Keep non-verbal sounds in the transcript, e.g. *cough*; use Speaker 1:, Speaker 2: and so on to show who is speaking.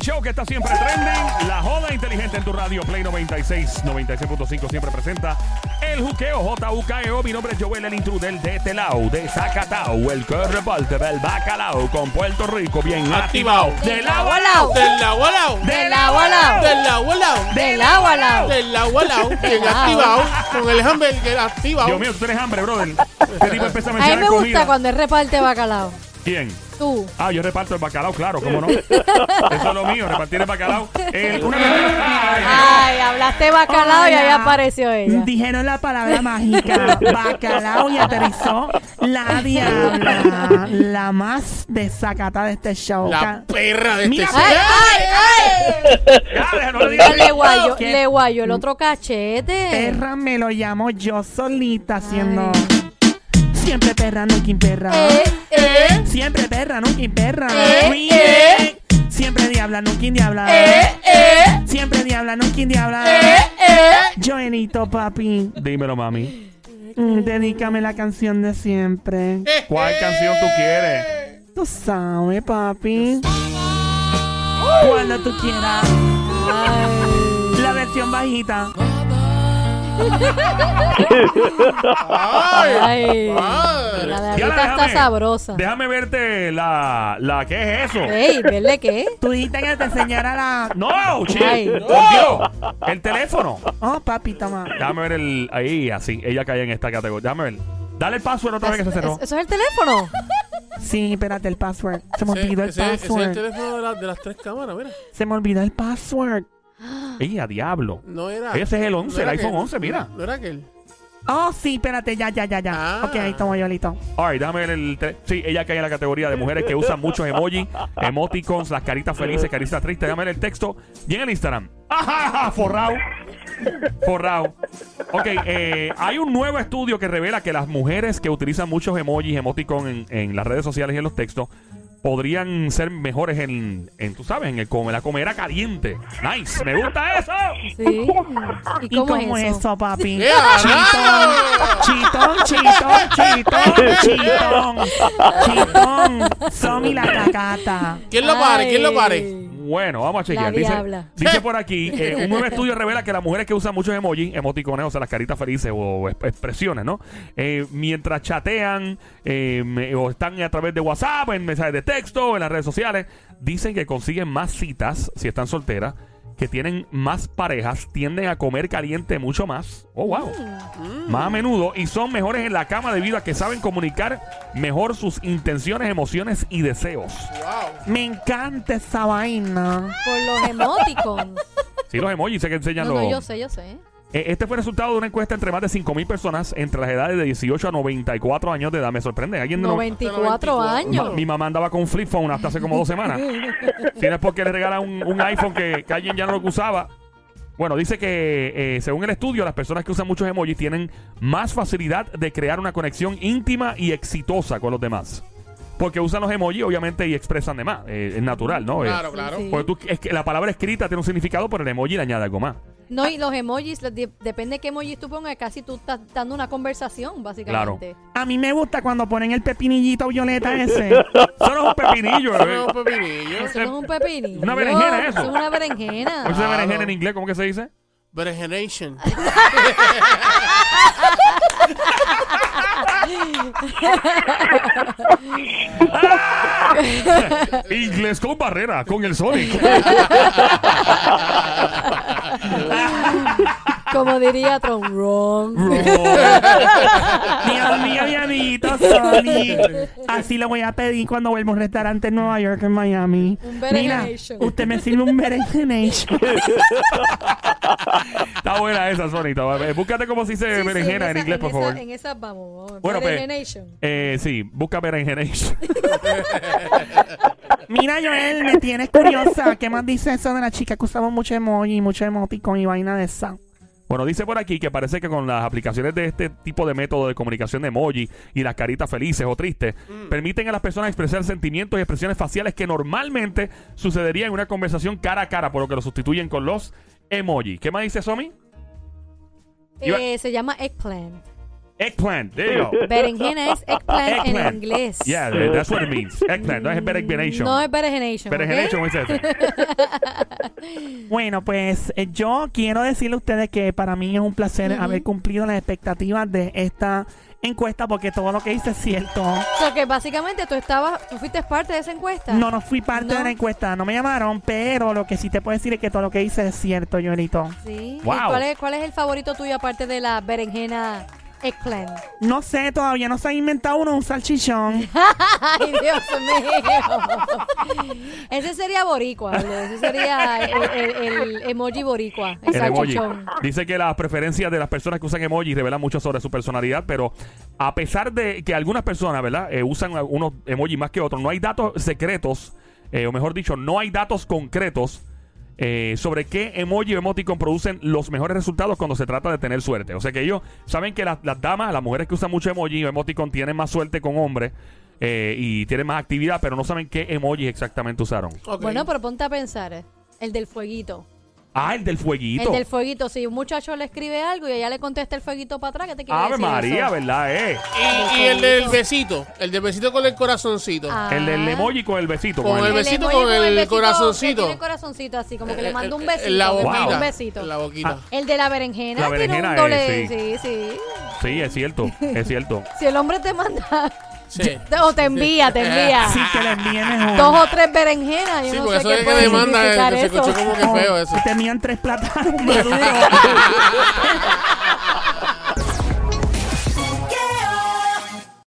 Speaker 1: show que está siempre trending. La joda inteligente en tu radio. Play 96, 96.5 siempre presenta el juqueo JUKEO. E Mi nombre es Joel, el intruder de Telao, de Zacatau, el que reporte del bacalao con Puerto Rico bien activado.
Speaker 2: Activao.
Speaker 1: De lado a lado.
Speaker 2: Del lado al lado.
Speaker 1: De
Speaker 3: lado a lado.
Speaker 2: Del lado al lado.
Speaker 3: Del lado a lado.
Speaker 2: Del lado al lado. Bien
Speaker 3: lado.
Speaker 2: activado. Con el hamburger activado.
Speaker 1: Dios mío, tú tienes hambre,
Speaker 3: *laughs*
Speaker 1: brother. Este tipo empieza a
Speaker 3: A mí
Speaker 1: mencionar
Speaker 3: me gusta
Speaker 1: comida.
Speaker 3: cuando él reparte bacalao.
Speaker 1: ¿Quién?
Speaker 3: Tú.
Speaker 1: Ah, yo reparto el bacalao, claro, cómo
Speaker 3: *laughs*
Speaker 1: no. Eso es lo mío, repartir el bacalao. El- una- Ay,
Speaker 3: Ay, hablaste bacalao y
Speaker 4: Hola.
Speaker 3: ahí apareció ella.
Speaker 4: Dijeron la
Speaker 3: *laughs*
Speaker 4: palabra mágica, bacalao, y aterrizó la diabla, la más desacata de este show.
Speaker 2: La
Speaker 4: Ca-
Speaker 2: perra de este
Speaker 4: Mira,
Speaker 2: sitio.
Speaker 3: ¡Ay, ah. ay, ay!
Speaker 1: ya, deja, no le digas.
Speaker 3: Pero le guayó,
Speaker 4: ¿Qué?
Speaker 3: le guayó el otro cachete.
Speaker 4: Perra me lo llamo yo solita haciendo. Siempre perra, nunca imperra.
Speaker 3: Eh, eh,
Speaker 4: Siempre perra, nunca imperra.
Speaker 3: Eh,
Speaker 4: Muy
Speaker 3: eh.
Speaker 4: bien. Siempre diabla, nunca indiabla.
Speaker 3: eh, eh,
Speaker 4: Siempre diabla, nunca indiabla.
Speaker 3: eh, eh.
Speaker 4: Joelito, papi,
Speaker 1: Dímelo, mami.
Speaker 4: mm, dedícame la canción de siempre.
Speaker 3: Eh.
Speaker 1: ¿Cuál canción tú quieres?
Speaker 4: Tú sabes, papi. Cuando tú quieras. La versión bajita.
Speaker 2: Ay.
Speaker 3: Ay,
Speaker 2: Madre.
Speaker 3: la de
Speaker 1: Diana,
Speaker 3: ahorita está
Speaker 1: déjame-
Speaker 3: sabrosa.
Speaker 1: Déjame verte la, la ¿qué es eso?
Speaker 3: Ey, ¿verle qué?
Speaker 4: Tú dijiste que te enseñara la.
Speaker 1: No,
Speaker 3: Ay.
Speaker 1: che, por Dios. El teléfono.
Speaker 4: Oh, papi, toma.
Speaker 1: Déjame ver el ahí así, ella cae en esta categoría. Déjame ver. Dale el password otra vez que se cerró.
Speaker 3: ¿Eso es el teléfono?
Speaker 4: Sí, espérate, el password. Se me
Speaker 2: Ese-
Speaker 4: olvidó el
Speaker 2: ese- ese es el
Speaker 4: password.
Speaker 2: teléfono de, la- de las tres cámaras, mira.
Speaker 4: Se me olvidó el password.
Speaker 1: Ey, a diablo.
Speaker 2: No era.
Speaker 1: Ese es el 11,
Speaker 2: no era
Speaker 1: el iPhone
Speaker 2: aquel.
Speaker 1: 11, mira.
Speaker 2: No era aquel.
Speaker 4: Oh, sí, espérate, ya, ya, ya, ya.
Speaker 2: Ah.
Speaker 4: Ok, ahí tomo yo listo.
Speaker 1: Alright, déjame ver el. tele- Sí, ella cae en la categoría de mujeres que usan muchos emojis, emoticons, las caritas felices, caritas tristes. Déjame ver el texto y en el Instagram. ¡Ajá, ajá! Forrao. Forrao. Ok, eh, hay un nuevo estudio que revela que las mujeres que utilizan muchos emojis, emoticons en, en las redes sociales y en los textos podrían ser mejores en, en tú sabes, en, el, com- en la comera caliente. Nice, me gusta eso.
Speaker 3: Sí. ¿Y
Speaker 4: ¿Y
Speaker 3: cómo,
Speaker 4: cómo
Speaker 3: es eso?
Speaker 4: papi?
Speaker 2: ¡Eh, ah,
Speaker 4: Chitón, chitón, chitón, chitón, chitón, chitón. Somi la cacata.
Speaker 2: ¿Quién lo pare? ¿Quién lo pare?
Speaker 1: Bueno, vamos a chequear.
Speaker 3: La
Speaker 1: Dice,
Speaker 3: diabla.
Speaker 1: dice
Speaker 3: *laughs*
Speaker 1: por aquí, eh, un nuevo estudio revela que las mujeres que usan muchos emojis, emoticones, o sea, las caritas felices o exp- expresiones, ¿no? Eh, mientras chatean eh, me- o están a través de WhatsApp, en mensajes de texto, en las redes sociales, dicen que consiguen más citas si están solteras, que tienen más parejas, tienden a comer caliente mucho más. Oh, wow.
Speaker 3: Mm.
Speaker 1: Más a menudo y son mejores en la cama debido a que saben comunicar mejor sus intenciones, emociones y deseos.
Speaker 2: Wow.
Speaker 4: Me encanta esa vaina.
Speaker 3: Por los emoticons.
Speaker 1: Sí, los emojis sé que enseñan
Speaker 3: No, no,
Speaker 1: los-
Speaker 3: yo sé, yo sé.
Speaker 1: Eh, Este fue el resultado de una encuesta entre más de 5.000 personas entre las edades de 18 a 94 años de edad. Me sorprende. ¿Alguien no-
Speaker 3: 94
Speaker 2: Ma-
Speaker 1: Ma-
Speaker 3: años.
Speaker 1: mi mamá andaba con un flip phone hasta hace como dos semanas. Si no es porque le regala un, un iPhone que, que alguien ya no lo usaba. Bueno, dice que eh, según el estudio, las personas que usan muchos emojis tienen más facilidad de crear una conexión íntima y exitosa con los demás. Porque usan los emojis, obviamente, y expresan de más. Eh, es natural, ¿no? Eh,
Speaker 2: Claro, claro. Pues,
Speaker 3: sí.
Speaker 1: porque tú- es que la palabra escrita tiene un significado, pero el emoji le añade algo más.
Speaker 3: No, y los emojis, los de- depende de qué emojis tú pongas, casi tú estás dando una conversación, básicamente.
Speaker 4: A mí me gusta cuando ponen el pepinillito violeta ese.
Speaker 1: Eso no es un pepinillo,
Speaker 2: Eso
Speaker 1: eh.
Speaker 2: no es un pepinillo.
Speaker 3: Eso no es un pepinillo.
Speaker 1: Una berenjena, eso.
Speaker 3: Es una
Speaker 1: ¿Cómo
Speaker 3: berenjena. *laughs*
Speaker 1: se
Speaker 2: Claro.
Speaker 1: berenjena en inglés? ¿Cómo que se dice? *laughs*
Speaker 2: pues, Berenjenation.
Speaker 1: Inglés con barrera, con el
Speaker 3: *laughs*
Speaker 1: Sonic.
Speaker 3: Como diría Tron,
Speaker 1: Mm,
Speaker 3: wrong.
Speaker 4: Dios mío, mi amiguito Sony. Así lo voy a pedir cuando vuelva a un restaurante en Nueva York, en Miami.
Speaker 3: Un
Speaker 4: Mira,
Speaker 3: berenjenation.
Speaker 4: usted me sirve un berenjenation.
Speaker 1: Está buena esa, Sonic. está buena. Eh, Búscate cómo se dice
Speaker 3: Sí, sí,
Speaker 1: berenjena en,
Speaker 3: esa-
Speaker 1: inglés, por
Speaker 3: esa-
Speaker 1: favor.
Speaker 3: En esas vamos. vamos.
Speaker 1: Bueno, pues,
Speaker 3: Berenjenation.
Speaker 1: eh, sí, busca berenjena.
Speaker 4: Mira, Joel, me tienes curiosa. ¿Qué más dice eso de la chica que usamos mucho emoji, mucho emoticon y vaina de esa?
Speaker 1: *laughs* bueno, dice por aquí que parece que con las aplicaciones de este tipo de método de comunicación de emoji y las caritas felices o tristes, permiten a las personas expresar sentimientos y expresiones faciales que normalmente sucedería en una conversación cara a cara, por lo que lo sustituyen con los emoji. ¿Qué más dice Somi? iba-
Speaker 3: Eh, se llama eggplant.
Speaker 1: Eggplant. There you go.
Speaker 3: Berenjena es eggplant *laughs* en
Speaker 1: Eggplant.
Speaker 3: inglés.
Speaker 1: Yeah, that- that's what it means. Eggplant. No es berenjenation.
Speaker 3: No es berenjenation. ¿ok?
Speaker 1: berenjenation, ¿cómo se
Speaker 3: *laughs*
Speaker 1: dice?
Speaker 4: Bueno, pues eh, yo quiero decirle a ustedes que para mí es un placer
Speaker 3: Ujú.
Speaker 4: haber cumplido las expectativas de esta encuesta porque todo lo que hice es cierto.
Speaker 3: O sea, que básicamente tú estabas, tú fuiste parte de esa encuesta.
Speaker 4: No, no fui parte
Speaker 3: No.
Speaker 4: de la encuesta, no me llamaron, pero lo que sí te puedo decir es que todo lo que hice es cierto, Yorito.
Speaker 3: Sí. ¿Y
Speaker 1: Wow.
Speaker 3: cuál, es, ¿Cuál es el favorito tuyo aparte de la berenjena eggplant?
Speaker 4: No sé, todavía no se ha inventado uno, un salchichón.
Speaker 3: *laughs* Ay, Dios mío. Ese sería boricua, boludo. ese sería el, el- el emoji boricua, el,
Speaker 1: El emoji.
Speaker 3: salchichón.
Speaker 1: Dice que las preferencias de las personas que usan emojis revelan mucho sobre su personalidad, pero a pesar de que algunas personas, ¿verdad?, Eh, usan unos emojis más que otros, no hay datos secretos, eh, o mejor dicho, no hay datos concretos eh, sobre qué emoji o emoticon producen los mejores resultados cuando se trata de tener suerte. O sea que ellos saben que las, las damas, las mujeres que usan mucho emoji o emoticon tienen más suerte con hombres eh, y tienen más actividad, pero no saben qué emojis exactamente usaron.
Speaker 2: Ok.
Speaker 3: Bueno, pues, pero ponte a pensar, eh, el del fueguito.
Speaker 1: Ah, el del fueguito.
Speaker 3: El del fueguito, si un muchacho le escribe algo y ella le contesta el fueguito para atrás, ¿qué te quiere
Speaker 1: Ave
Speaker 3: decir
Speaker 1: María,
Speaker 3: eso?
Speaker 1: ¿verdad? Eh.
Speaker 2: y, y el del besito. El del besito con el corazoncito.
Speaker 3: Ah.
Speaker 1: El del emoji con el besito.
Speaker 2: Con el besito
Speaker 3: emoji
Speaker 2: con el
Speaker 3: besito que
Speaker 2: corazoncito.
Speaker 3: Tiene el corazoncito así, como que le
Speaker 2: El-
Speaker 3: manda un
Speaker 2: el-
Speaker 3: besito.
Speaker 2: Eh, En la
Speaker 3: le
Speaker 2: boquita.
Speaker 3: manda
Speaker 1: Wow.
Speaker 3: un besito.
Speaker 2: En la boquita.
Speaker 3: El de la berenjena,
Speaker 1: La
Speaker 3: tiene un
Speaker 1: berenjena,
Speaker 3: doble.
Speaker 1: eh,
Speaker 3: sí. sí,
Speaker 1: Sí, es cierto, es cierto.
Speaker 3: Si el hombre te manda *laughs*
Speaker 2: Sí.
Speaker 3: o te envía,
Speaker 2: *laughs*
Speaker 3: te envía
Speaker 4: Sí, que le envíen
Speaker 3: *laughs*
Speaker 4: mejor.
Speaker 3: dos o tres berenjenas, yo
Speaker 2: Sí,
Speaker 3: no
Speaker 2: porque
Speaker 3: sé
Speaker 2: eso
Speaker 3: qué
Speaker 2: es que
Speaker 3: puede
Speaker 2: demanda.
Speaker 3: significar
Speaker 2: que Se escuchó
Speaker 3: eso.
Speaker 2: como que feo eso.
Speaker 4: Tenían tres plátanos maduros.